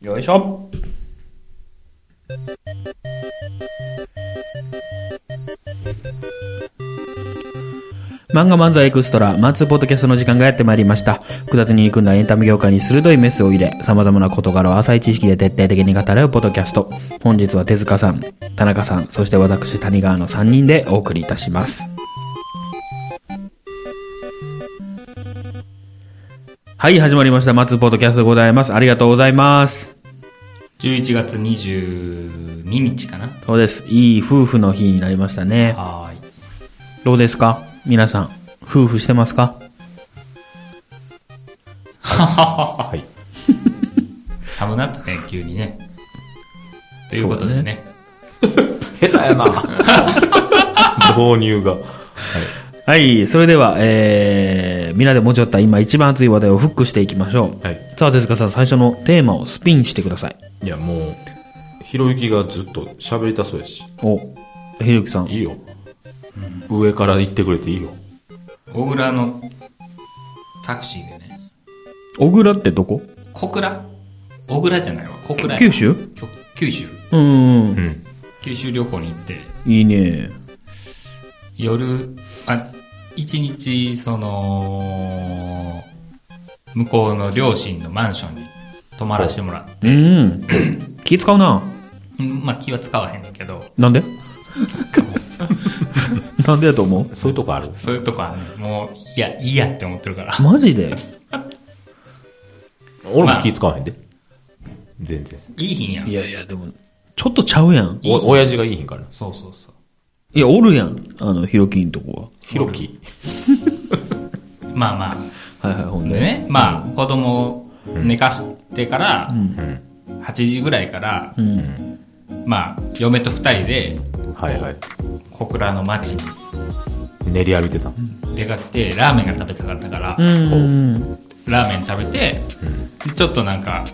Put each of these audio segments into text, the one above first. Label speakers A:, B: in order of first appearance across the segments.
A: よいしょ。漫画漫才エクストラ、松ポッドキャストの時間がやってまいりました。複雑に憎んだエンタメ業界に鋭いメスを入れ、様々な事柄を浅い知識で徹底的に語るポッドキャスト。本日は手塚さん、田中さん、そして私、谷川の3人でお送りいたします。はい、始まりました。松ポッドキャストでございます。ありがとうございます。
B: 11月22日かな
A: そうです。いい夫婦の日になりましたね。
B: はーい。
A: どうですか皆さん、夫婦してますか
B: はい。寒なったね、急にね。ということでね。
C: 下手やな。 導入が。
A: はい、それでは、えー、皆で持ち寄った今一番熱い話題をフックしていきましょう。
C: はい。
A: さあ、手塚さん、最初のテーマをスピンしてください。
C: いや、もう、ひろゆきがずっと喋りたそうやし。
A: お、ひろゆきさん。
C: いいよ。上から言ってくれていいよ。
B: 小倉のタクシーでね。
A: 小倉ってどこ
B: 小倉小倉じゃないわ、小倉や
A: 九州う
B: きょ九州。
A: ーん。
C: うん。
B: 九州旅行に行って、
A: いいね。
B: 夜、あ、一日、その、向こうの両親のマンションに泊まらせてもら
A: うーん。 気使うな。
B: う。うん、まあ気は使わへんねんけど、
A: なん でなんでやと思う
C: そういうとこある
B: そういうとこはね、もう、いや、いいやって思ってるから。
A: マジで
C: 俺も気使わへんで。全然。
B: いい日やん。
A: いやいや、でも、ちょっとちゃうやん。
C: お、親父がいいひんから。
B: そうそうそう。
A: いや、おるやん。あの、ひろきんとこ
C: ひろき。
B: まあま
A: は。はいはい、ほ
B: あ。
A: ん
B: で
A: で。
B: ね、まあ、子供を寝かしてから、
C: うん。
B: 8時ぐらいから、
A: うん。
B: まあ、嫁と二人で、
C: はいはい。
B: 小倉の町に
C: 練り歩いてた。
B: 出かけて、ラーメンが食べたかったから、
A: うん。
B: ラーメン食べて、ちょっとなんか、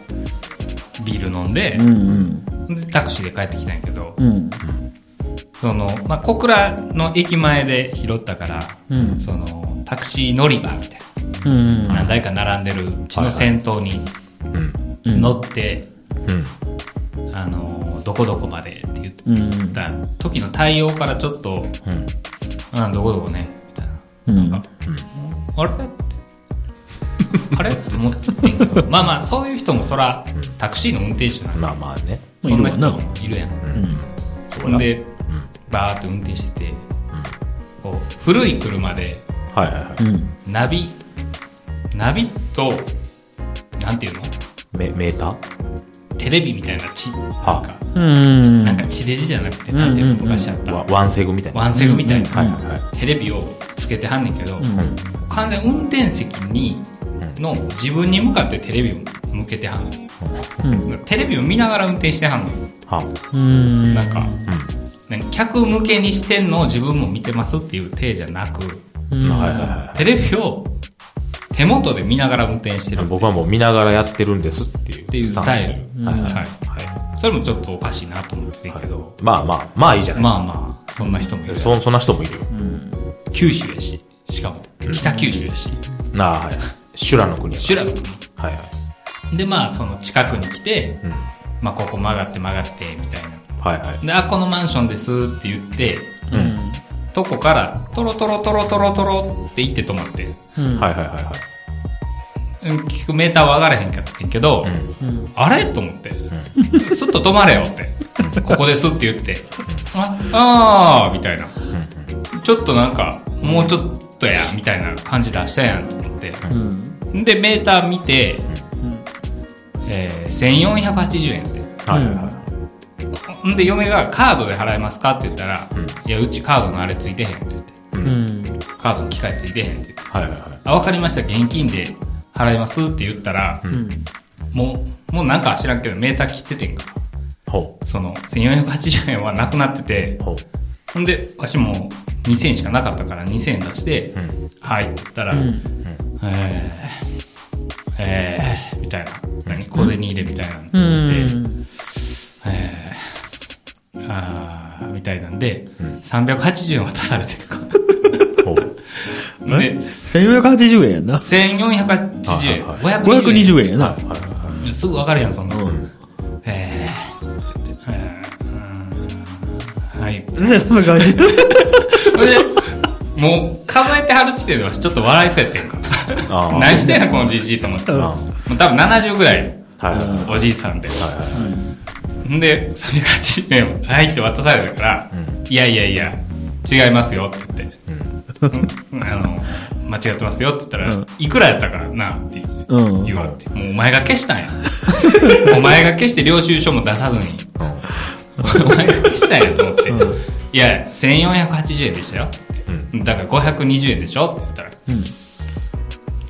B: ビール飲んで
A: う、ん。
B: でタクシーで帰ってきたんやけど、
A: うん。
B: その、まあ、小倉の駅前で拾ったから、
A: うん
B: その、タクシー乗り場みたいな。
A: うん。
B: 何台か並んでるうちの先頭に
C: うん。
B: 乗って、
C: うん。
B: あの、どこどこまでって言って
A: うん。
B: た時の対応からちょっと、
C: うん。
B: あどこどこね、みたいな。
A: うん
B: なんか、あれって。あれって思ってん けど、まあまあ、そういう人もそら、タクシーの運転手なんで、
C: まあまあね。
B: そん
A: ま
B: な
A: あいるわな
B: 人
A: い
B: るやん。
C: そ
B: ほ
C: うや
B: ん
C: な。
B: で、バーって運転してて、こう、古い車で、
C: はいはいは
A: うん。
B: ナビ、ナビと、なんていうの
C: い。メ、メーター
B: テレビみたいなち、なん
C: は
B: か、
A: うん。
B: なんか地デジじゃなくて、なんていうの昔あった、
C: ワワンセグみたいな。
B: ワンセグみたいな、
C: はいはいはい。
B: テレビをつけてはんねんけど、
A: うん。
B: 完全に運転席にの自分に向かってテレビを向けてはん
A: うん。
B: のテレビを見ながら運転してはんの
C: は
A: うん。
B: なんか、何客向けにしてんのを自分も見てますっていう体じゃなく
A: うん。
C: はいはいはい。
B: テレビを手元で見ながら運転してるって
C: 僕はもう見ながらやってるんですっていう。
B: いうスタイル、
A: は
B: はいい
A: はい
B: それもちょっとおかしいなと思ってたけど、
C: まあまあ、まあいいじゃないです
B: ま
C: か。
B: あまあそんな人もいる
C: そ、そんな人もいるよ。
B: 九州やししかも北九州やし
C: なあ、はい。修羅の国やか
B: 修羅
C: ら。はいはい。
B: でまあその近くに来て、
C: うん。
B: まあ、ここ曲がって曲がってみたいな
C: はいはい。
B: で、あ、このマンションですって言って、
C: うん。
B: とこから、トロトロトロトロトロって行って止まって、
A: うん。
C: はいはいはいはい。
B: うん聞くメーターは上がらへんかったけど、
C: うん。
A: うん。
B: あれと思って、すっと止まれよって、ここですって言って、あ、あーみたいな、ちょっとなんか、もうちょっとや、みたいな感じ出したやんと思って、
A: うん。
B: で、メーター見て、えー、1480円って。
C: はいはいはい。
B: んで、嫁がカードで払えますかって言ったら、
C: ん
B: いや、うちカードのあれついてへんって言って。カードの機械ついてへんって言って
C: はいはいは
B: あ、わかりました、現金で払いますって言ったら、もう、もうなんか知らんけど、メーター切っててんか。
C: い。ほ
B: その、1480円はなくなってて
C: う。、ほ
B: ほんで、わしも2000円しかなかったから2000円出して、
C: う。うん。
B: はいって言ったら、えー、えー、みたいな。何小銭入れみたいなので、えー、あー、みたいなんで、380円渡されてるか。
C: ほう。
B: で、
A: 1480円やな。
B: 1480円。
C: はい
B: 520円。
A: 520円やな。
C: はいはいはい。
B: すぐ分かるやん、そんな。はい。
A: 全部が自分。
B: それで、もう数えてはる時点ではちょっと笑いそうやってんか。
C: あー
B: 何してんのこのじじいと思って。もう多分70ぐらい、
C: はいはいはい
B: おじいさんで。
C: はいはい
B: んで、380円を、はいって渡されたから、
C: うん
B: いやいやいや、違いますよって言って。うんあの、間違ってますよって言った
A: う
B: ら、
A: ん
B: いくらやったからなって言う
A: うん
B: 言われて、もうお前が消したんや。お前が消して領収書も出さずに、お前が消したんやと思って、
A: うん
B: いや、1480円でしたよ。だから520円でしょって言ったら、
A: うん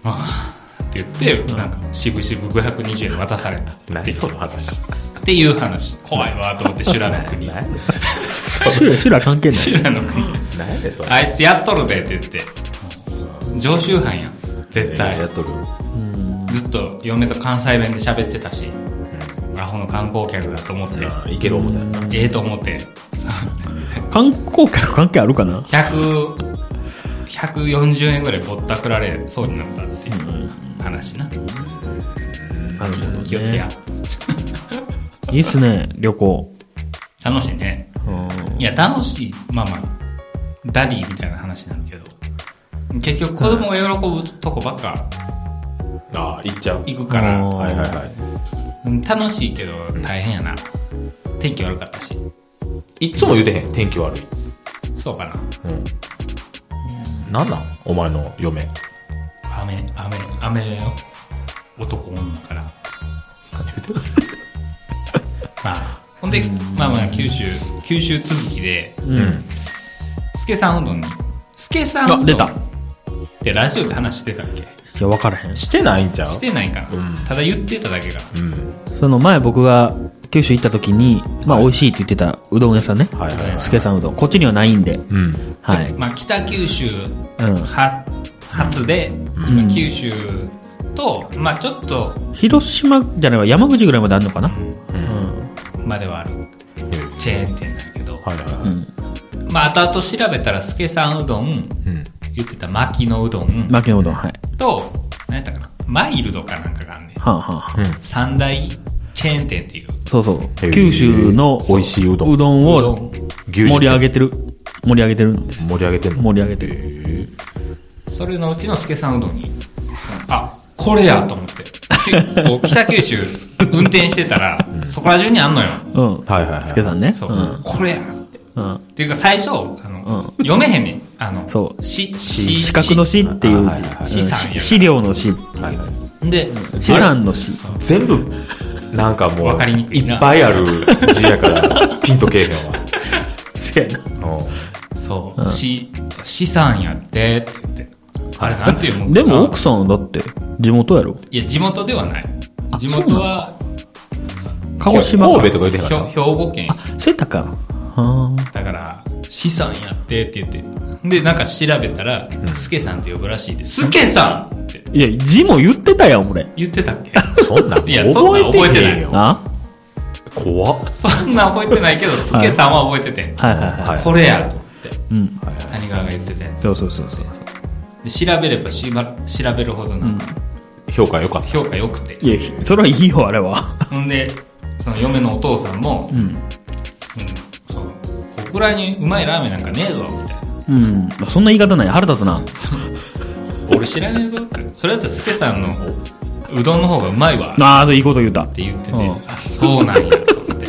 B: ああって言って、なんか、しぶしぶ520円渡された。
C: うん何その 話
B: っていう話。怖いわと思って、修羅の国。
C: 何や
A: シュラ、シュラ関係ない。
B: 修羅の国。
C: 何やねんそれ
B: あいつやっとるでって言って。常習犯やん。絶対。
C: やっとる
B: ずっと嫁と関西弁で喋ってたし、アホの観光客だと思って、
C: うんいける思たよな
B: ええと思って、
A: 観光客関係あるかな
B: 100、140円ぐらいぼったくられそうになったっていう話な。
A: なるほど
B: 気をつけや。
A: いいっすね、旅行。
B: 楽しいね。いや、楽しい。まあまあ、ダディみたいな話になるけど、結局子供が喜ぶとこばっか
C: ああ行っちゃう
B: 行くから、
A: うん
C: はいはいはい
B: うん楽しいけど大変やな。天気悪かったし。
C: いっつも言うてへん天気悪い
B: そうかな。
C: うんなんなんお前の嫁
B: 雨、雨、雨よ。男女から。
C: 何言うてる
B: まあ、ほんで、まあまあ、九州、九州続きで、
A: うん。
B: スケさんうどんに。スケさんうどん
A: あ、出た。い
B: ってラジオで話してたっけ
A: や、わからへん。
C: してないんちゃう
B: してないかな、
C: うん
B: ただ言ってただけか
C: うん
A: その前僕が九州行った時に、まあ美味しいって言ってたうどん屋さんね。
C: はいはいはい
A: すけさんうどん。こっちにはないんで。
C: うん
B: な。
A: は
B: で
A: い。
B: まあ、北九州
A: うん
B: は、初で、
A: ん
B: まあ九州と、まあ、ちょっと
A: 広島じゃないわ、山口ぐらいまであるのかな。
C: うん
A: うん。
B: まではある
C: うん
B: チェーン店だけど、
C: はいはいはい
B: まあ、後々調べたら、スケさんうどん、
C: うん
B: 言ってた牧のうどん
A: 牧野うどん、はい。
B: と、何やったかな、マイルドかなんかがあんねん。
A: はあ、はあはあ、
C: うん
B: 三大チェーン店っていう。
A: そうそう。
C: ー
A: 九州の
C: 美味しいうどん
A: うどん
B: う
A: を
B: どん
C: 牛耳
A: 盛り上げてる。盛り上げてるんです。
C: 盛り上げてんの
A: 盛り上げてる。
B: それのうちの助さんうどんに、あ、これやと思って。きこう北九州運転してたら、そこら中にあんのよ。
A: うん。
C: はいはいはい
A: すけさんね。
B: そう、
A: ん。
B: これやって。
A: うん。
B: っていうか最初、あの、読めへんねん。あの、
A: そう
B: し、
C: し
A: 四角の死っていう
C: あはいはいはい
A: 字。
B: 資産や
A: うん資料の死。
C: はいはい
B: で、
A: 資産の死。
C: 全部なんかもう
B: わかりにくいない
C: っぱいある字や からピンとけえへんわ
A: せやな。
B: そう、し、資産やって、って言って。あれなんていうもん
A: でも奥さんだって地元やろ。
B: いや、地元ではない。
A: あ
B: 地元は、
A: 鹿児島か
C: 神戸とか言うてへん
B: ひ
C: か
B: ょ
C: ら
B: 兵庫県。
A: そうやったか。はあ。
B: だから、資産やってって言って。で、なんか調べたら、スケさんって呼ぶらしいで、スケさんって
A: いや、字も言ってたやん、俺。
B: 言って たっけ
C: そんなん
B: いやそんなん覚えてない
C: へんよ
A: あ
C: 怖っ
B: そんな覚えてないけど、スケさんは覚えてて。
A: はいはいはい。
C: はい
B: これやと思って、
A: うん。
B: 谷川が言ってたやつ。
A: そうそうそうそう。
B: で調べればしば調べるほどなんか、
C: 評価良かった
B: 評価良くて。
A: いや、それはいいよ、あれは。
B: ほんで、その嫁のお父さんも、うん、その、小倉にうまいラーメンなんかねえぞ、みたいな。
A: うん。そんな言い方ない。腹立つな。
B: 俺知らねえぞって。それだったらスケさんのうどんの方がうまいわ。
A: ああ、そういいこと言うた。
B: って言ってて、
A: うん
B: あそうなんやと思って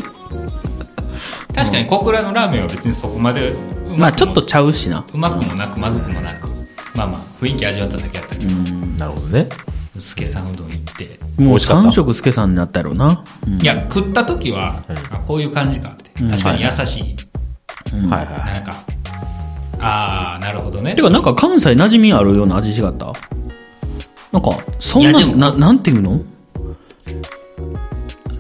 B: 確かに小倉のラーメンは別にそこまでうまくも
A: まあ、ちょっとちゃうしな。
B: うまくもなくまずくもなくまあまあ雰囲気味わっただけやったけど
C: なるほどね
B: すけさんうどん行って、
A: も
C: 美
A: う
C: 味しかった
A: 三食助さんになったやろうな。うん
B: いや食った時は、あこういう感じかって確かに優しい、
C: はいはい
B: なんかああなるほどね
A: てか、なんか関西馴染みあるような味違ったなんか、そん
B: いや
A: な、
B: でも
A: な、なんていうの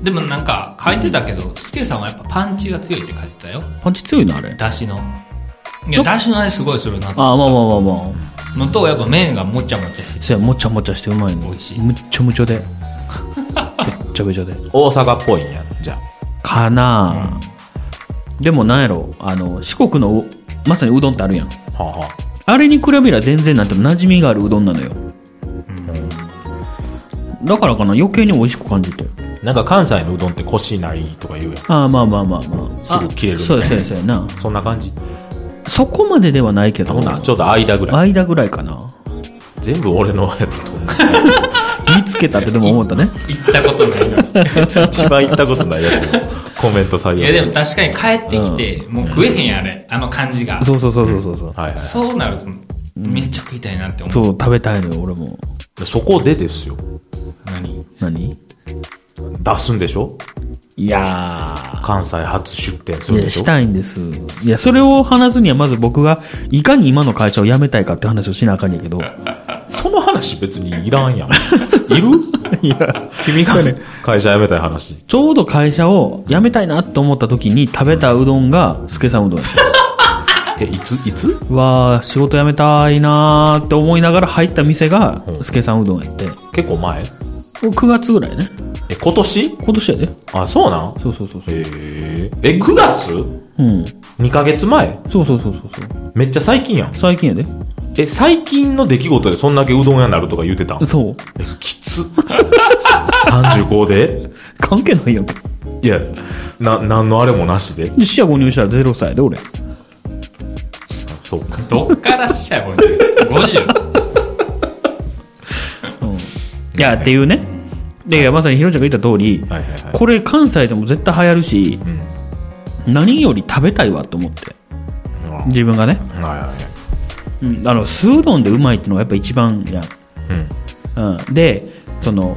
B: でもなんか書いてたけどすけさんはやっぱパンチが強いって書いてたよ
A: パンチ強いな、あれ。
B: だしのいやだしの味すごいするな
A: ああ、まあまあまあまあ。
B: のとやっぱ麺がもちゃもちゃ
A: そや、もちゃもちゃしてうまいね。
B: 美味しい
A: むっちゃむちゃ で。めっちゃめちゃで。
C: 大阪っぽいんやじゃ
A: かな、あでもなんやろあの四国のまさにうどんってあるやん
C: あはあは
A: あれに比べりゃ全然なんても馴染みがあるうどんなのよ、だからかな余計に美味しく感じて
C: なんか関西のうどんってコシないとか言うや
A: ああ、まあまあまあまあ。
C: すぐ切れる
A: あ
C: み
A: そ
C: たいうな
A: です、そうですそうやな。
C: ん。そんな感じ。
A: そこまでではないけど
C: ほんならちょっと間ぐらい。
A: 間ぐらいかな。
C: 全部俺のやつと同じ。
A: 見つけたってでも思ったね。
B: 行ったことないな。
C: 一番行ったことないやつをコメント採
B: い
C: 用
B: や
C: す
B: で
C: る
B: も確かに帰ってきて、もう食えへんやんあれ、あの感じが。
A: そうそうそうそうそう。
C: はいはいは
B: そうなると、めっちゃ食いたいなって思。
A: そうう、食べたいのよ、俺も。
C: い。そこでですよ。
B: 何
A: 何
C: 出すんでしょ
A: いや
C: 関西初出店す
A: い
C: る
A: や、
C: でしょ
A: したいんです。いや、それを話すには、まず僕が、いかに今の会社を辞めたいかって話をしなあかんやけど。
C: その話別にいらん やん。いる
A: いや、
C: 君がね、会社辞めたい話。
A: ちょうど会社を辞めたいなと思った時に食べたうどんが、スケさんうどんやった。
C: え、いつ、いつ
A: うわー仕事辞めたいなーって思いながら入った店が
C: う、ん
A: スケさんうどんやって。も
C: 結構前
A: う9月ぐらいね。
C: え、今年
A: 今年やで。
C: あ、そうなん
A: そうそうそうそう。
C: へえ。え、9月
A: うん。
C: ?2 ヶ月前
A: そうそうそうそうそう。
C: めっちゃ最近やん。
A: 最近やで。
C: え、最近の出来事でそんだけうどん屋になるとか言うてたん
A: そう。
C: え、きつ。35で
A: 関係ないやんか。
C: いや、な、なんのあれもなしで。
A: で、視野購入したら0歳で、俺。
C: そうか。
B: どっからしちゃう、これ。50。
A: うん。いや、っていうね。で、まさにひろちゃんが言った通り、
C: はいはいはい。
A: これ関西でも絶対流行るし、
C: うん。
A: 何より食べたいわと思って。
C: あ
A: 自分がね。
C: はいはいはい。
A: うん。あの、酢うどんでうまいってのがやっぱ一番やん。
C: うん。
A: うん、でその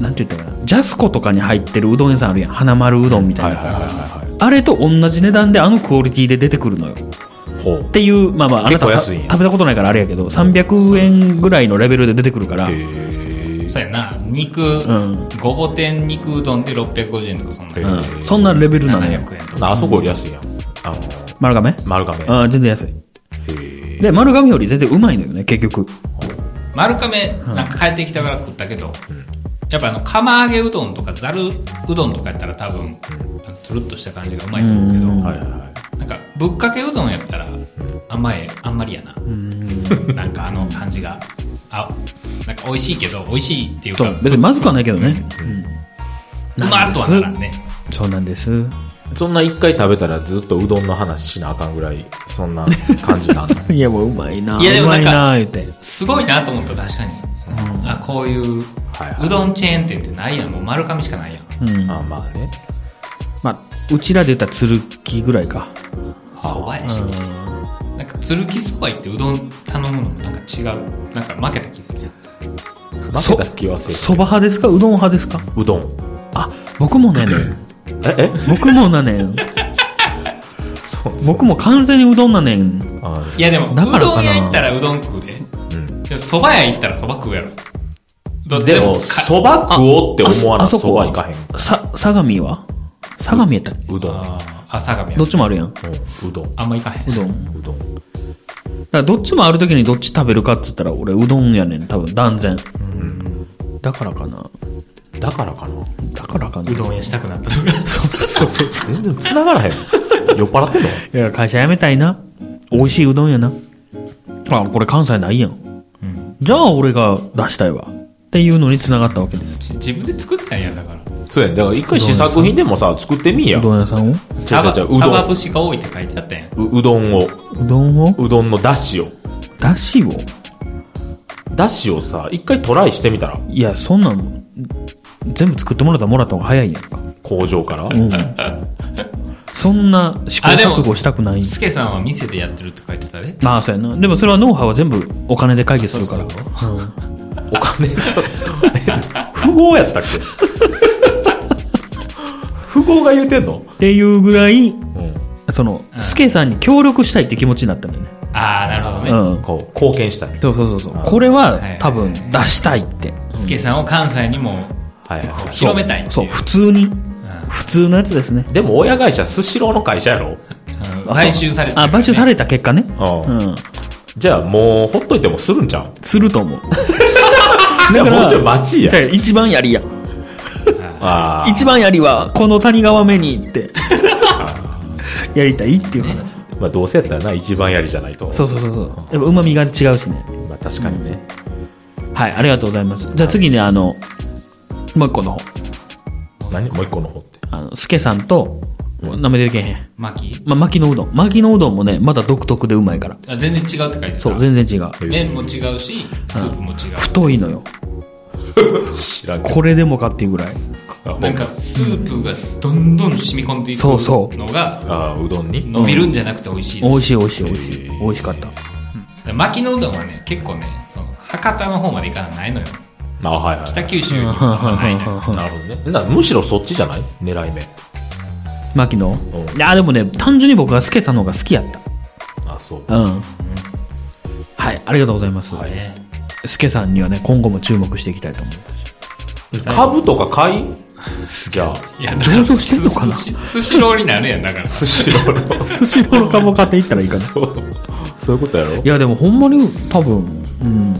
A: なんて言ったかなジャスコとかに入ってるうどん屋さんあるやん花丸うどんみた
C: はいいはい
A: な
C: はい
A: さ
C: は
A: あれと同じ値段であのクオリティで出てくるのよっ
C: い。ほう。
A: ていうまあまああなた
C: 結構
A: た
C: 安
A: 食
C: いん
A: べ
C: や
A: たことないからあれやけど300円ぐらいのレベルで出てくるから
C: へえ。
B: そうやな、肉
A: ん、
B: ごぼ天肉うどんで650円とかそん
C: へ
B: な。
A: う
C: ー
A: ん、そんなレベルなのよ
B: 700円とか。
C: あそこより安いやん。あの、
A: 丸亀
C: 丸亀。へ
A: うん全然安い
C: え。
A: で丸亀より全然うまいのよね結局
B: 丸亀、なんか帰ってきたから食ったけど、やっぱあの、釜揚げうどんとか、ざるうどんとかやったら多分、つるっとした感じがうまいと思うけど、
A: うん
C: はいはいはい。
B: なんか、ぶっかけうどんやったら、甘い、あんまりやな。なんかあの感じが、あ、なんか美味しいけど、美味しいっていう
A: そ
B: か、
A: う
B: う
A: 別にまずくはないけどね、
B: まっとはならんね。
A: そうなんです
C: そんな一回食べたらずっとうどんの話しなあかんぐらい、そんな感じ なんだ。
A: いやもううまいない
B: やで
A: う
B: も
A: ま
B: なん
A: い
B: か
A: な言って
B: すごいなと思った、確かに。あ、こういう、
C: はいはいう
B: どんチェーン店ってないやん。もう丸亀しかないやん。
A: うん
C: あまあね。
A: まあうちらで言ったらつるきぐらいか
B: そばやしね。なんか、つるきそば行ってうどん頼むのもなんか違う。なんか負けた気するやん。
C: 負けた気はせ
A: そば派ですかうどん派ですか
C: うどん。
A: あ僕もなねん
C: ええ
A: 僕もなねん
C: そう
A: 僕も完全にうどんなねん
C: あ
B: いやでも、う
A: だからかな
B: どん屋行ったらうどん食うで。
C: うん
B: でも、そば屋行ったらそば食うやろ。どっち
C: で
B: も
C: も、
B: か
C: そば食おうって思わな
A: あ
C: そば
A: は
C: 行かへん。
A: さ相模は相模やったっけ
C: うどん。
B: あーあ、相模や
A: どっちもあるやん
C: うんうどん。
B: あんま行かへん
A: う。どんだ
C: うどん。
A: からどっちもある時にどっち食べるかっつったら俺うどんやねん多分断然だからかな
C: だからかな。
A: だからかな
B: うどん屋したくなった。
A: そうそうそうそ
C: 全然繋がらへん。酔っ払ってんの
A: ういや会社辞めたいな美味しいうどんやなあこれ関西ないやんじゃあ俺が出したいわっていうのに繋がったわけです
B: じ自分で作ったんやだから
C: そうやね。だから一回試作品でもさ、作ってみんや。
A: うどん屋さんを
B: サバ
C: 違う違ううどん
B: サバ節が多いって書いてあったやん
C: ううどんを、
A: うどんを
C: うどんのだしを。
A: だしを
C: だしをさ、一回トライしてみたら。
A: いやそんなん全部作ってもらったらもらった方が早いやんか、
C: 工場から。
A: うん、そんな試行
B: あでも
A: 錯誤したくない
B: スケさんは店でやってるって書いてたで
A: まあそうやなでもそれはノウハウは全部お金で解決するから
B: そう
A: うん
C: お金ちょっと富豪やったっけ富豪が言うてんの、
A: っていうぐらい
C: うん、
A: その
B: うん
A: スケさんに協力したいって気持ちになったのよね、
B: ああなるほどね、
A: うん、
C: こう貢献したい、
A: そうそうそうそう
C: あ
A: これ
B: いはいは
A: はい多分出したいって
B: スケさんを関西にも
C: はいはいは
B: 広めたいって
A: そう
B: いう
A: 普通に普通のやつですね
C: い、でも親会社スシローの会社やろ、
B: うんうん
A: あ
B: 買収されてる
A: あ買収された結果ね
C: う、
A: うんん
C: じゃあもうほっといてもするんちゃう
A: すると思う
C: じゃあもうちょい
A: だか
C: 待ち
A: ら
C: や
A: じゃあ一番やりや
C: あー
A: 一番やりはこの谷川目に行って やりたいっていう話、
C: まあ、どうせやったらな一番やりじゃないと
A: そうそうそうそうやっぱうまみが違うしね
C: まあ、確かにね、
A: はいありがとうございますじゃあ次ねあのもう一個の方
C: 何もう一個の方って。
A: あの、スケさんと、名前出てけへん。
B: 巻き
A: まあ、巻きのうどん。巻きのうどんもね、まだ独特でうまいから。
B: あ全然違うって書いてた
A: そう、全然違う。
B: 麺も違うしスープも違う、
A: 太いのよ。
C: 知らんけど。
A: これでもかっていうぐらい。
B: なんかスープがどんどん染み込んでいく
A: そうそう
B: のが
C: ああ、うどんに
B: 伸びるんじゃなくて美味しい
A: 美
B: で
A: 味
B: す
A: しい美味しい美味しい。美味しかった。
B: 巻きのうどんはね結構ねその博多の方まで行かないのよ
C: ああ、はいはい。
B: 北九州にはあんまないのよ
C: なるほどね。なむしろそっちじゃない狙い目。
A: 牧野
C: ん
A: いやでもね単純に僕はスケさんの方が好きやっ
C: あそう。
A: たうんはいありがとうございます、
B: ね
A: スケさんにはね今後も注目していきたいと思う
C: 株とか 買いじゃあ、
B: いやだから
A: 上場してんのかな
B: 寿司寿司ローになるやんだから
C: スシローの。
A: スシローの株を買っていったらいいかな
C: そう。そういうことやろ
A: いやでもほんまに多分うん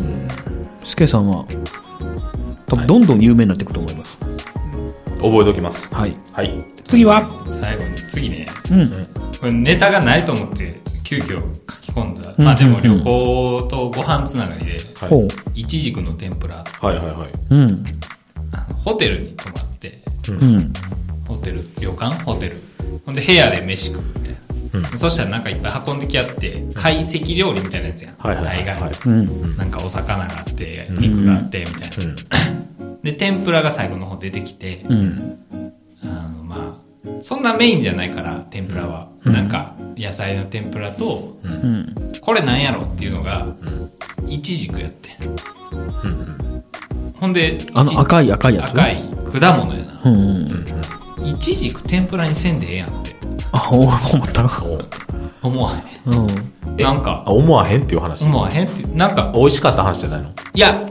A: スケさんは多分どんどん有名になっていくと思います
C: 覚えておきます。
A: はい
C: はい。
A: 次は
B: 最後に次ね
A: うん
B: これネタがないと思って急遽書き込んだ、まあでも旅行とご飯つながりで
C: はい
A: ほう
B: いちじくの天ぷら
C: はいはいはい。
A: うん
B: あのホテルに泊まって
A: うん
B: ホテル旅館ホテルほんで部屋で飯食うみたいな、そしたらなんかいっぱい運んできあって懐石料理みたいなやつやん、
C: はいはいはい
B: 大
C: はい
B: 概、
A: うん
B: なんかお魚があって肉があってみたいな、
C: うん。
B: で天ぷらが最後の方出てきて、
A: うん
B: あのまあそんなメインじゃないから天ぷらは、なんか野菜の天ぷらと
A: うん
B: これなんやろっていうのが、イチジクやってん
C: うんうん
B: ほんで、
A: あの赤い赤いやつ
B: 赤い果物やな。
A: うんうん
B: イチジク天ぷらにせんでええやんって
A: あ俺も思ったな
B: 思わ
A: うん
B: へん。なんか
C: あ、、思わへんっていう話。
B: 思わへんって、なんか、
C: 美味しかった話じゃないの
B: いや、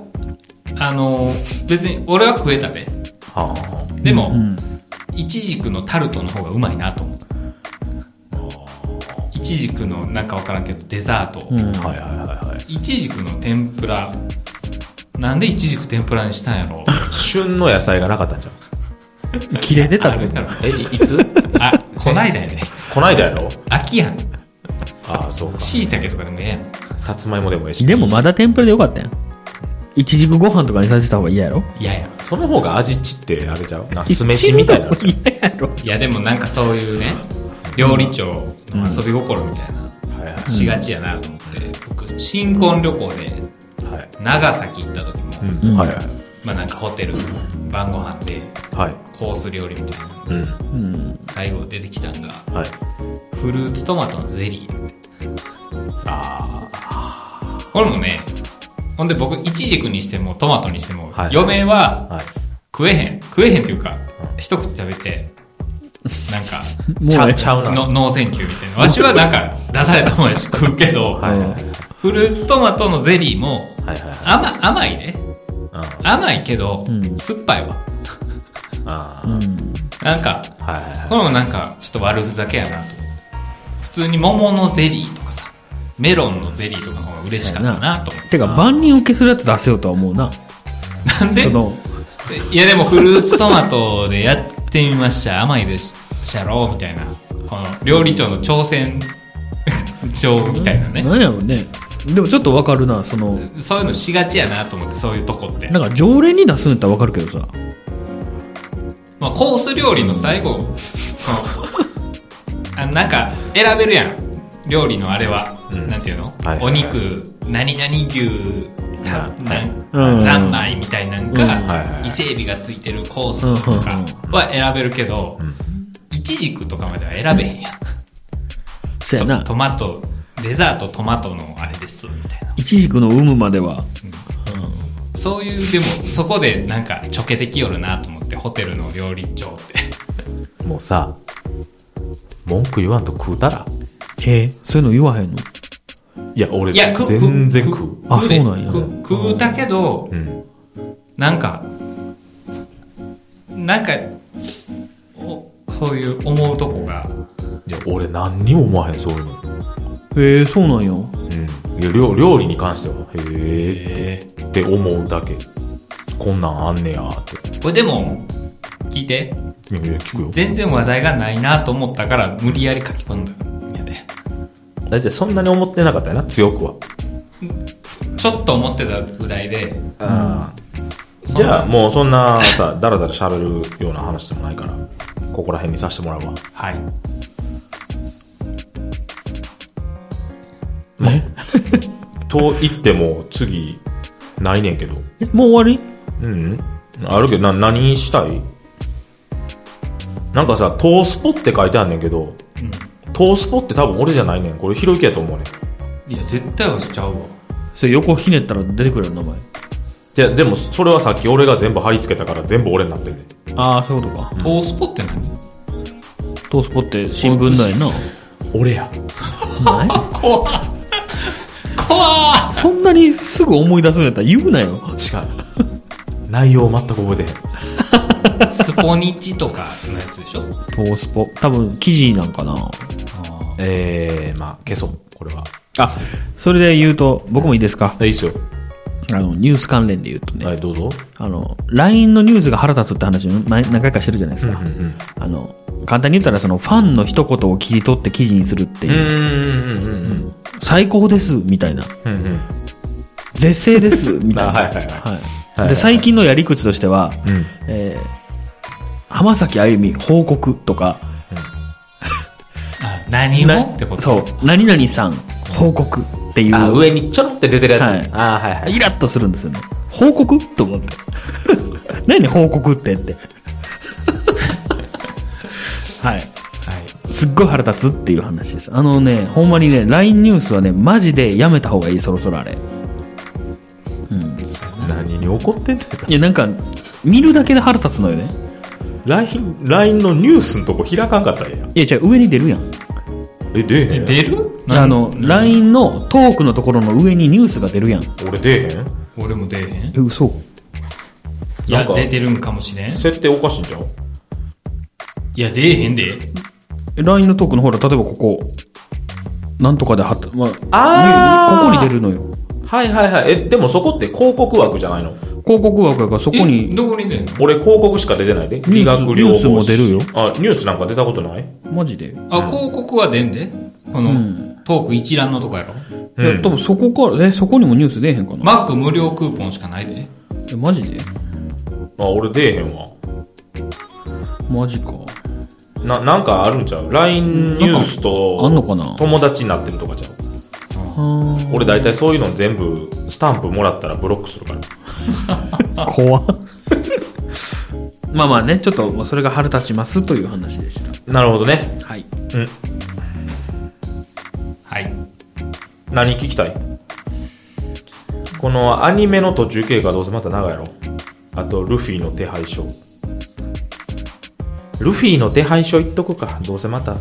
B: あのー別に俺は食えたで。
C: はあ。
B: でも、
A: うん
B: イチジクのタルトの方がうまいなと思った。イチジクのなんかわからんけどデザート。
A: うん
C: はいはいはいはい。
B: イチジクの天ぷら。なんでイチジク天ぷらにしたんやろ
C: 旬の野菜がなかったんじゃん。
A: 切れてた
B: あ
A: って
B: れ
A: こ
B: だろ
C: え、いいつ
B: あ、こないだやね。
C: こないだやろ
B: 秋やん。
C: ああ、そうか。
B: しいたけとかでもええやん。
C: さつまいもでもええ
A: と
C: し。
A: でもまだ天ぷらでよかったやんいちじくご飯とかにさせた方が嫌やろ
B: いやいや。
C: その方が味ちって、あれじゃうな、酢飯みたいな。
A: いちご嫌やろ
B: いやでもなんかそういうね、料理長の遊び心みたいな、
C: はいは
B: しがちやなと思って、僕、新婚旅行で
C: い。はい。
B: 長崎行った時も、
C: うん。はいはい。
B: まあなんかホテル、晩ご飯で
C: はい。
B: コース料理みたいな、
C: うん。
A: うん
B: 最後出てきたんが、
C: はい。
B: フルーツトマトのゼリー。
C: あ
B: これもね、ほんで僕、イチジクにしてもトマトにしても、
C: はい
B: 嫁
C: あ。
B: は
C: はい。
B: 食えへん。食えへんというか、一口食べて、なん か、
A: もう
C: ちゃ
A: え
C: うちゃうな。
B: の脳選球みたいな。わしはなんか出されたもんやし食うけど、
C: はいはいはい。
B: フルーツトマトのゼリーも
C: はいはいはい。
B: 甘甘いね。
C: うん。
B: 甘いけど、
A: うん
B: 酸っぱいわ。
C: あ
A: うん
B: なんか、
C: あ。はいはいはい。
B: これもなんかちょっと悪ふざけやなと思う。普通に桃のゼリーとかさ、メロンのゼリーとかの方が嬉しかったなと思って
A: か万人受けするやつ出せようとは思うな
B: う。なんで
A: その
B: いやでもフルーツトマトでやってみました。甘いでしゃろうみたいな。この料理長の挑戦 状みたいなね。
A: 何やろうねでもちょっとわかるなその
B: そういうのしがちやなと思って、そういうとこって。
A: なんか常連に出すんやったらわかるけどさ
B: まあ、コース料理の最後、そのあなんか選べるやん。料理のあれは、
C: うん
B: なんていうの、
C: はい
B: お肉、何々牛、た
C: はい
B: なん
A: うん
B: 三昧みたいなんか、
A: うん
C: はい
B: 伊勢海老がついてるコースとかは選べるけど、イチジクとかまでは選べへんやん。
A: そやな
B: トマト、デザートトマトのあれです、みたいな。
A: いちじくの有無までは
B: そういう、でも、そこでなんか、ちょけてきよるなと思って、ホテルの料理長って。
C: もうさ、文句言わんと食うたら。
A: へえそういうの言わへんの
C: いや、俺、
B: いや、く
C: 全然食う。
A: あそうなんや
B: く食うたけど
C: う、ん。
B: なんか、なんか、おそういう思うとこが、
C: いや、俺何にも思わへん、そういうの。
A: へえそうなんや
C: うん。いや、料料理に関しては、へえって思うだけ。こんなんあんねやーって。
B: これでも、聞いて、
C: いやいや、聞くよ。
B: 全然話題がないなと思ったから、無理やり書き込んだんやで。
C: だいたいそんなに思ってなかったよな、強くは。
B: ちょっと思ってたぐらいで、
C: あじゃあ、もうそんなさ、だらだらしゃべるような話でもないから、ここら辺にさせてもらうわ。
B: はい。
C: と言っても、次、ないねんけど。
A: え、もう終わ
C: うんあるけど、な、何したいなんかさ、トースポって書いてあんねんけど、トースポって多分俺じゃないねん。これ、ひろゆきやと思うねん。
B: いや、絶対はしちゃうわ。
A: りそれ横ひねったら出てくるよ、名前。
C: じゃでも、それはさっき俺が全部貼り付けたから、全部俺になってるね
A: ああ、そういうことか。
B: トースポって何
A: トースポって新聞だよな。
C: 俺や。
A: ない
B: 怖っ怖っ
A: そんなにすぐ思い出すんやったら言うなよ。
C: 違う。内容全く覚えてへん。
B: スポニチとかのやつでしょ
A: トースポ。多分、記事なんかな。
C: えー、まあ、消そう。これは。
A: あ、それで言うと、僕もいいですか
C: え、いいっすよ。
A: あの、ニュース関連で言うとね、
C: はい、どうぞ。
A: あの、LINE のニュースが腹立つって話を前何回かしてるじゃないですか。あの、簡単に言ったら、その、ファンの一言を切り取って記事にするって
C: う
A: いう、
C: ん、うん、うん、
A: 最高です、みたいな。
C: うん。うん、うん。
A: 絶世です、みたいな。
C: あはいはいはい
A: で、最近のやり口としては、
C: うん。
A: えー浜崎あゆみ報告とか、
B: あ何
A: な
B: をってこと
A: そう、何々さん報告っていう、
C: あ、上にちょろって出てるやつ。
A: はい
C: あ、はいはい。
A: イラッとするんですよね。報告と思って。 何報告ってって。 はい。
B: はい。
A: すっごい腹立つっていう話です。あのね、ほんまにね、LINE ニュースはね、マジでやめた方がいい、そろそろあれ。
C: 何に怒ってんだよ。
A: いや、なんか、見るだけで腹立つのよね。
C: LINE、LINE のニュースのとこ開かんかったらええやん。
A: いや、じゃあ上に出るやん。
C: え、出えへ
B: え
C: ん。
B: 出る何
A: あの、LINE のトークのところの上にニュースが出るやん。
C: 俺出えへん
B: 俺も出えへん。い
A: え、嘘
B: や、
C: なんか
B: 出てるんかもしれん。い
C: 設定おかしいんじゃん
B: や、出えへんで。
A: え ?LINE のトークのほら、例えばここ、なんとかで貼った、まあ、
C: あー
A: ここに出るのよ。
C: はいはいはい。え、でもそこって広告枠じゃないの
A: 広告枠やからそこ
B: え
A: に、
B: どこに出んの
C: 俺広告しか出てないで。
A: ニュース
C: 理学療法士
A: ニュースも出るよ
C: あ、ニュースなんか出たことない
A: マジで。
B: あ、広告は出んで。この、
A: うん
B: トーク一覧のとこやろ。
A: いや、
C: うん
A: 多分そこから、え、そこにもニュース出えへんかな。
B: マック無料クーポンしかないで。
A: え、マジで
C: あ、俺出えへんわ。
A: マジか。
C: な、なんかあるんちゃう ?LINE ニュースと、
A: あんのかな
C: 友達になってるとかちゃう俺大体そういうの全部、スタンプもらったらブロックするから。
A: 怖まあまあね、ちょっと、まあそれが腹立ちますという話でし
C: なるほどね。
A: た。はい。
C: うん。
B: はい。
C: 何聞きたいこのアニメの途中経過どうせまた長いやろあとルフィの手配書ルフィの手配書言っとくかどうせまた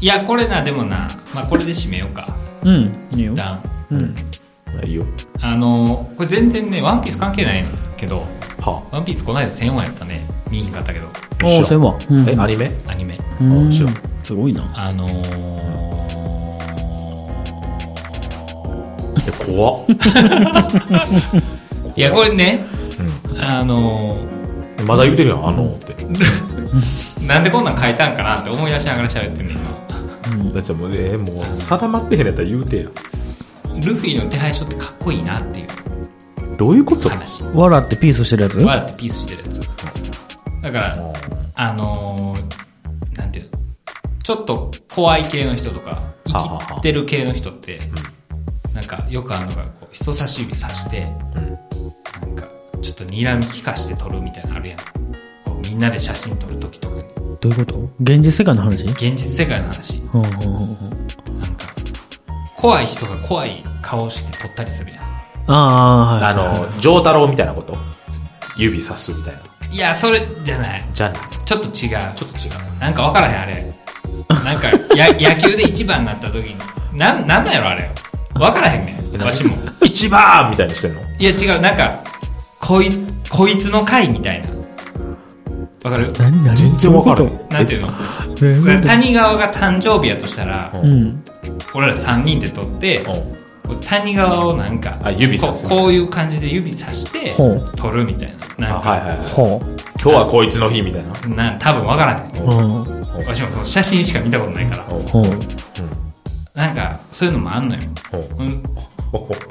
B: いや、これな、でもな、まあ、これで締めようか。
A: うん、いいよ
B: 一。旦。
A: うん。
C: いいよ
B: あの、これ全然ね、ワンピース関係ないんだけど、
C: は
B: ワンピースこの間1000話やったね。見にんかったけど、
A: おー、
C: 知ら
A: 千
C: ん
A: 万。う
C: え
A: ん
C: アニメ
B: アニメ。
A: う
C: あ
A: ん
C: 知らん
A: すごいな。
B: あのー、
C: え怖っ
B: いや、これね、
C: う
B: あの
C: まだ言うてるやんあのって
B: ー、なんでこんなん書いたんかなって思い出しながら喋ってんねん今。
C: だってもうえもう定まってへんやったら言うてや
B: ルフィの手配書ってかっこいいなっていう
C: どういうこと
B: 話。
A: 笑ってピースしてるやつ
B: わらってピースしてるやつ。だから、あのー、なんていうのちょっと怖い系の人とか、生きてる系の人って、なんかよくあるのが、こう人差し指さして、なんか、ちょっと睨み利かして撮るみたいなのあるやん。こうみんなで写真撮るときとかに。
A: どういうこと現実世界の話
B: 現実世界の話。
A: ほうほうほうほう
B: なんか、怖い人が怖い顔して撮ったりするやん。
A: あ
C: あ
A: あ、はい。
C: の丈太郎みたいなこと指さすみたいない
B: や、それじゃない。
C: じゃあな
B: ちょっと違う。
C: ちょっと違う
B: なんか分からへん、あれ。なんか、 や、野球で一番になった時に、なん、なんなんやろ、あれ。分からへんねん、わしも。
C: 一番みたいにしてんの
B: いや、違う、なんか、こい、こいつの回みたいな。分かる
A: 何何
C: 全然わからん
A: どういうこ
B: なんていうの
A: とどういうこと
B: 谷川が誕生日やとしたら、
C: う
A: うん。
B: 俺ら3人で撮って、谷川をなんか、
C: あ指さす
B: こうこういう感じで指さして
A: ほう、
B: 撮るみたいな。な
C: あ
B: ん
C: は
B: か、
C: いはいはい
A: ほ
C: 今日はこいつの日みたいな。
B: な多分分からへん。
A: う。うん。
B: わしもその写真しか見たことないから。
A: ほう。
B: なんか、そういうのもあんのよ。うん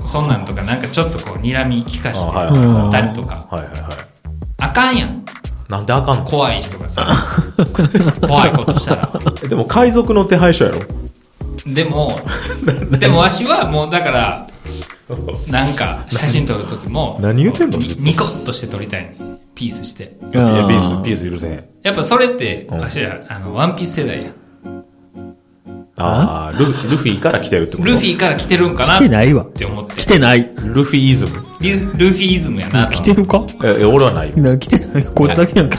B: そんなんとか、なんかちょっとこう、睨み利かして、
C: あはい
A: はい
B: 撮ったりとか、
C: はいはいはい。
B: あかんやん。
C: なんであかんの
B: 怖い人がさ、怖いことしたら。
C: えでも海賊の手配書やろ。
B: でも、 でもわしはもうだから、なんか写真撮るときも、
C: 何言ってんの
B: にニコッとして撮りたいのピースして。
A: い
C: いや、ピース、ピース許せへん。
B: やっぱそれって、
C: うん
B: わしら、あの、ワンピース世代やん。
C: ああ、ルフルフィから来てるってこと
B: ルフィから来てるんかな
A: 来てないわ
B: っ。て思って。
A: 来てない。
C: ルフィイズム
B: ルルフィイズムやなと
A: 来
B: 思って
A: るか
C: え、え俺はないよ。
A: な来てない。こいつだけやんけ。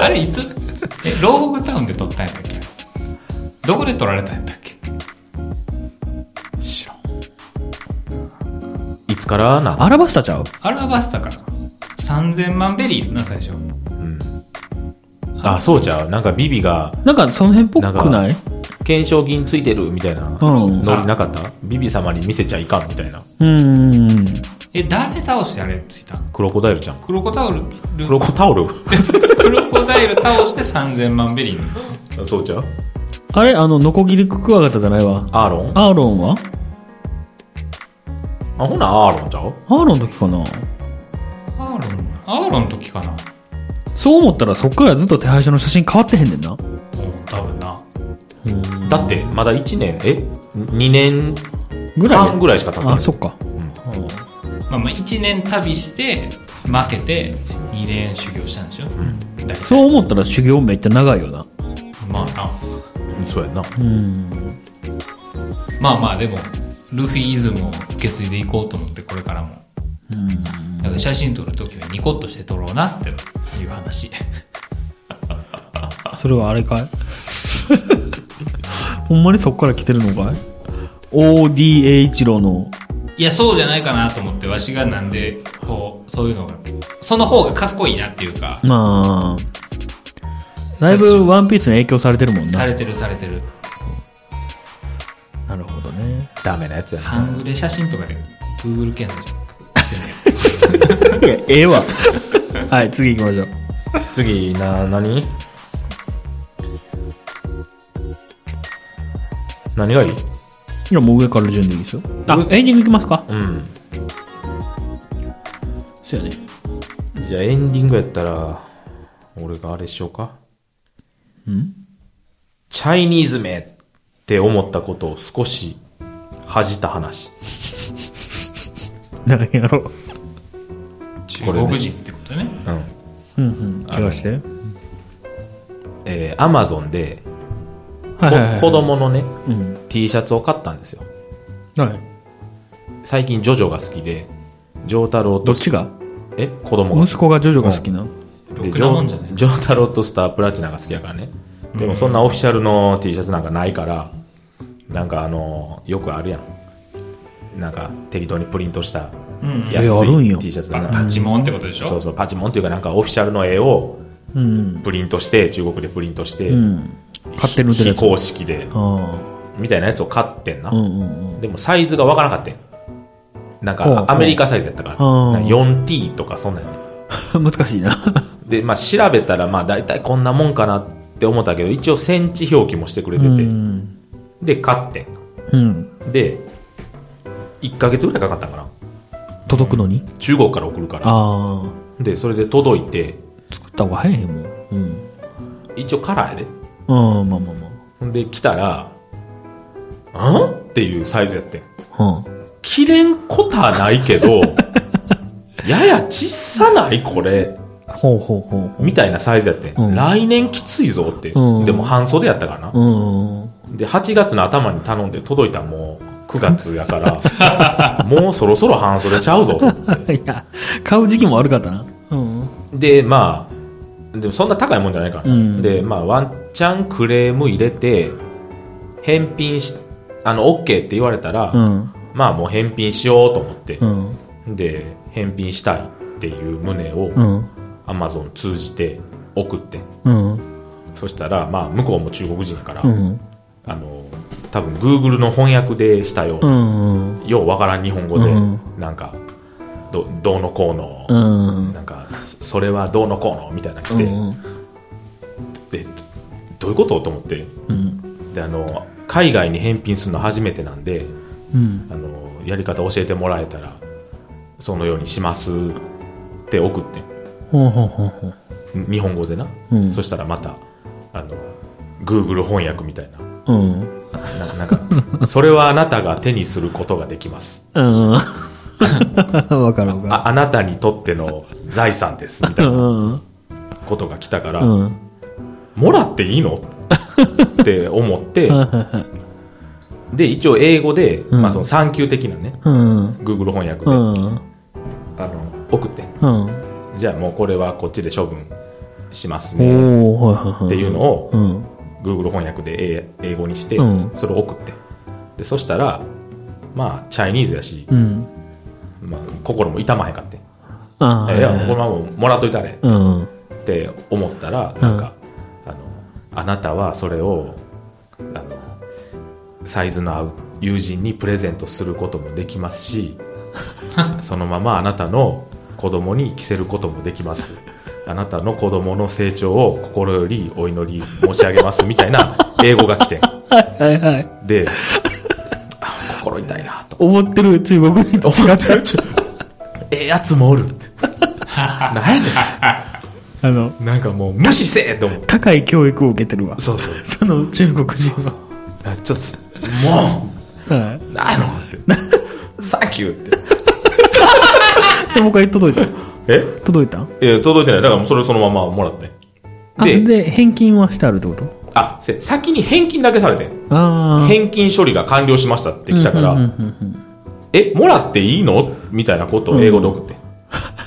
B: あれいつえ、ローグタウンで撮ったんやったっけどこで撮られたんやったっけ
C: 知らん。いつからな
A: アラバスタちゃう
B: アラバスタかな3000万ベリーな、最初。
C: うん。あ、そうじゃう。なんかビビが、
A: なんかその辺っぽくない
C: 懸賞金ついてるみたいな、
A: うん。
C: ノリなかったビビ様に見せちゃいかんみたいな。
A: うん。うん
B: え、誰倒してあれついたん
C: クロコダイルじゃん。
B: クロコタウル、
C: クロコタオル
B: クロコダイル倒して3000万ベリーなの
C: そうじゃう
A: あれあの、ノコギリククワガタじゃないわ。
C: アーロン
A: アーロンは
C: あ、ほなアーロンちゃう
A: アーロンの時かな
B: アーロン、アーロンの時かな
A: そう思ったらそっからずっと手配書の写真変わってへんねんな。
B: うん、多分な。
C: だって、まだ1年、え ?2 年
A: ぐらい
C: 半ぐらいしか経ってない。
A: あ、そっか。
B: まあまあ1年旅して、負けて、2年修行したんでしょ大体
A: そう思ったら修行めっちゃ長いよな。
B: まあな。
C: うん。そうやな。
A: うん。
B: まあまあでも、ルフィイズムを受け継いでいこうと思って、これからも。だから写真撮るときはニコッとして撮ろうなっていう話。
A: それはあれかい ほんまにそっから来てるのかい ?ODH 郎の。
B: いや、そうじゃないかなと思って、わしがなんで、こう、そういうのが、その方がかっこいいなっていうか、
A: まあ、だいぶワンピースに影響されてるもん
B: さ
A: な。
B: れてるされてる。
A: なるほどね。
C: ダメなやつやな。
B: 半グレ写真とかで、Google 検索してね。
A: いや、ええわ。 はい、次行きましょう。
C: 次、な、何何がいい
A: いや、もう上から順でいいですよ。あ、エンディングいきますか
C: うん。
A: そうやね。
C: じゃあエンディングやったら、俺があれしようか。
A: ん
C: チャイニーズ名って思ったことを少し恥じた話。
A: 何やろう。
B: 中
C: これね
B: 国人ってことね。
C: うん。
A: うんうん。怪我して。はい
C: えー、アマゾンで、こ
A: はいはい
C: 子。供のね、
A: うん。
C: T シャツを買ったんですよ。
A: はい。
C: 最近ジョジョが好きで、ジョータロウ
A: ど
C: と
A: っ、ちが
C: え、子供が。
A: 息子がジョジョが好きな。
C: で
B: ろ
C: ジ
B: くなもんじゃ
C: ョ
B: ない。
C: ジョータロウとスタープラチナが好きやからね。でもそんなオフィシャルの T シャツなんかないから、なんかあのーよくあるやん。なんか適当にプリントした
B: うんうん。
C: 安
A: えあるん
C: い
A: よ
C: T シャツ
B: パ
C: だな。
B: パチモンってことでし
C: そう
B: ょ
C: そう、パチモンっていうかなんかオフィシャルの絵を
A: うん。
C: プリントして、中国でプリントして、
A: うん。勝手に売ってる
C: 非
A: やつ。
C: 公式で、
A: あ
C: みたいなやつを買ってんな。
A: あ。うんうんうん。
C: でもサイズがわからなかったん。なん
A: ほうほ
C: か
A: う
C: アメリカサイズやったから、
A: うん
C: なんか 4T とかそんなんや ね
A: 難しいな。
C: で、まあ調べたら、まあ大体こんなもんかなって思ったけど、一応センチ表記もしてくれて
A: う
C: て、
A: ん。
C: で、買って
A: うん。
C: ん。で、1ヶ月ぐらいかかったんかな。
A: 届くのに
C: 中国から送るから。
A: あ
C: で、それで届いて、
A: あ。作った方が早いもん。うん。
C: 一応カラーやで。
A: うん、まあまあ
C: ほんで来たら、んっていうサイズやってん。
A: まあ。うん。
C: 着れんことはない けど、やや小さないこれ、
A: ほうほうほう。
C: みたいなサイズやってん、
A: うん
C: 来年きついぞって。
A: うん
C: でも半袖やったからな。
A: うん。
C: で、8月の頭に頼んで届いたんもう9月 やから、もうそろそろ半袖ちゃうぞと思っ て。
A: いや、買う時期も悪かったな。うん。
C: で、まあ、でもそんな高いもんじゃないからな、
A: うん
C: で、まあ、ワンチャンクレーム入れて、返品し、あの、OK って言われたら、
A: うん。
C: まあもう返品しようと思って
A: う、ん。
C: で、返品したいっていう旨を、
A: うん。
C: アマゾン通じて送って
A: うん。
C: そしたらまあ向こうも中国人やから、
A: うん。
C: あの多分 Google の翻訳でしたよ、
A: うん。
C: ようわからん日本語で、
A: うん
C: なんかどどうのこうの、
A: うん。
C: なんかそそれはどうのこうのみたいなの来
A: う
C: て、
A: ん。
C: でどういうことと思って
A: うん。
C: であの海外に返品するの初めてなんで
A: うん。
C: あのやり方教えてもらえたらそのようにしますって送ってん
A: ほうほうほうほう。
C: 日本語でな、
A: うん
C: そしたらまたあの Google 翻訳みたいな
A: うん。
C: な なんかそれはあなたが手にすることができます
A: うん。わかるわか
C: ああなたにとっての財産ですみた
A: る。。
C: いうなんことが来たから、
A: うん。
C: もらっていいのって思って
A: はいはいはい
C: で一応英語で、
A: ん
C: まあ、その産級的なね
A: うん。
C: Google 翻訳で、
A: うん。
C: あの送って
A: うん。
C: じゃあもうこれはこっちで処分します
A: お
C: ね
A: おはいはいはい。
C: っていうの
A: う
C: を
A: ん。
C: Google 翻訳で英英語にして
A: うん
C: それを送ってでそしたらまあチャイニーズやし、
A: うん。
C: まあ、心も痛まへんかって
A: ああ。
C: いやこのままもらっといたれ
A: うん。
C: って思ったらなんか、あのあなたはそれをあのサイズの合う友人にプレゼントすることもできま すしそのままあなたの子供に着せることもできますあなたの子供の成長を心よりお祈り申し上げますみた いな英語が来てん
A: はいはいはい。
C: であ心痛いなと
A: 思ってる中国人と違った。
C: ええやつもおる なんやね
A: あの、
C: んなんかもう無視せえと 思って
A: 高い教育を受けてるわ。
C: そうそう
A: その中国人は。
C: あちょっとすも
A: は
C: うなのってサンキューって
A: い。で、もう一回届いた。
C: え
A: 届いた
C: いや届いてないだからもうそれそのままもらって
A: あ
C: で
A: で、返金はしてあるってこと
C: あせ先に返金だけされてん
A: ああ。
C: 返金処理が完了しましたって来たから、
A: うんうんうん
C: えもらっていいのみたいなことを英語で送って、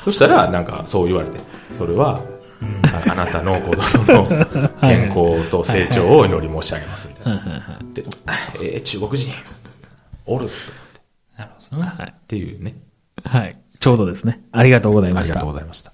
C: そしたらなんかそう言われてそれは、ああなたの子供の健康と成長をお祈り申し上げますみたいな、
A: うんはいはいはい
C: でえー中国人おるって
B: なるほどな。
C: っていうね
A: はい。ちょうどですね。ありがとうござい
C: あ
A: ま
C: り
A: し
C: が
A: た
C: とう。ございました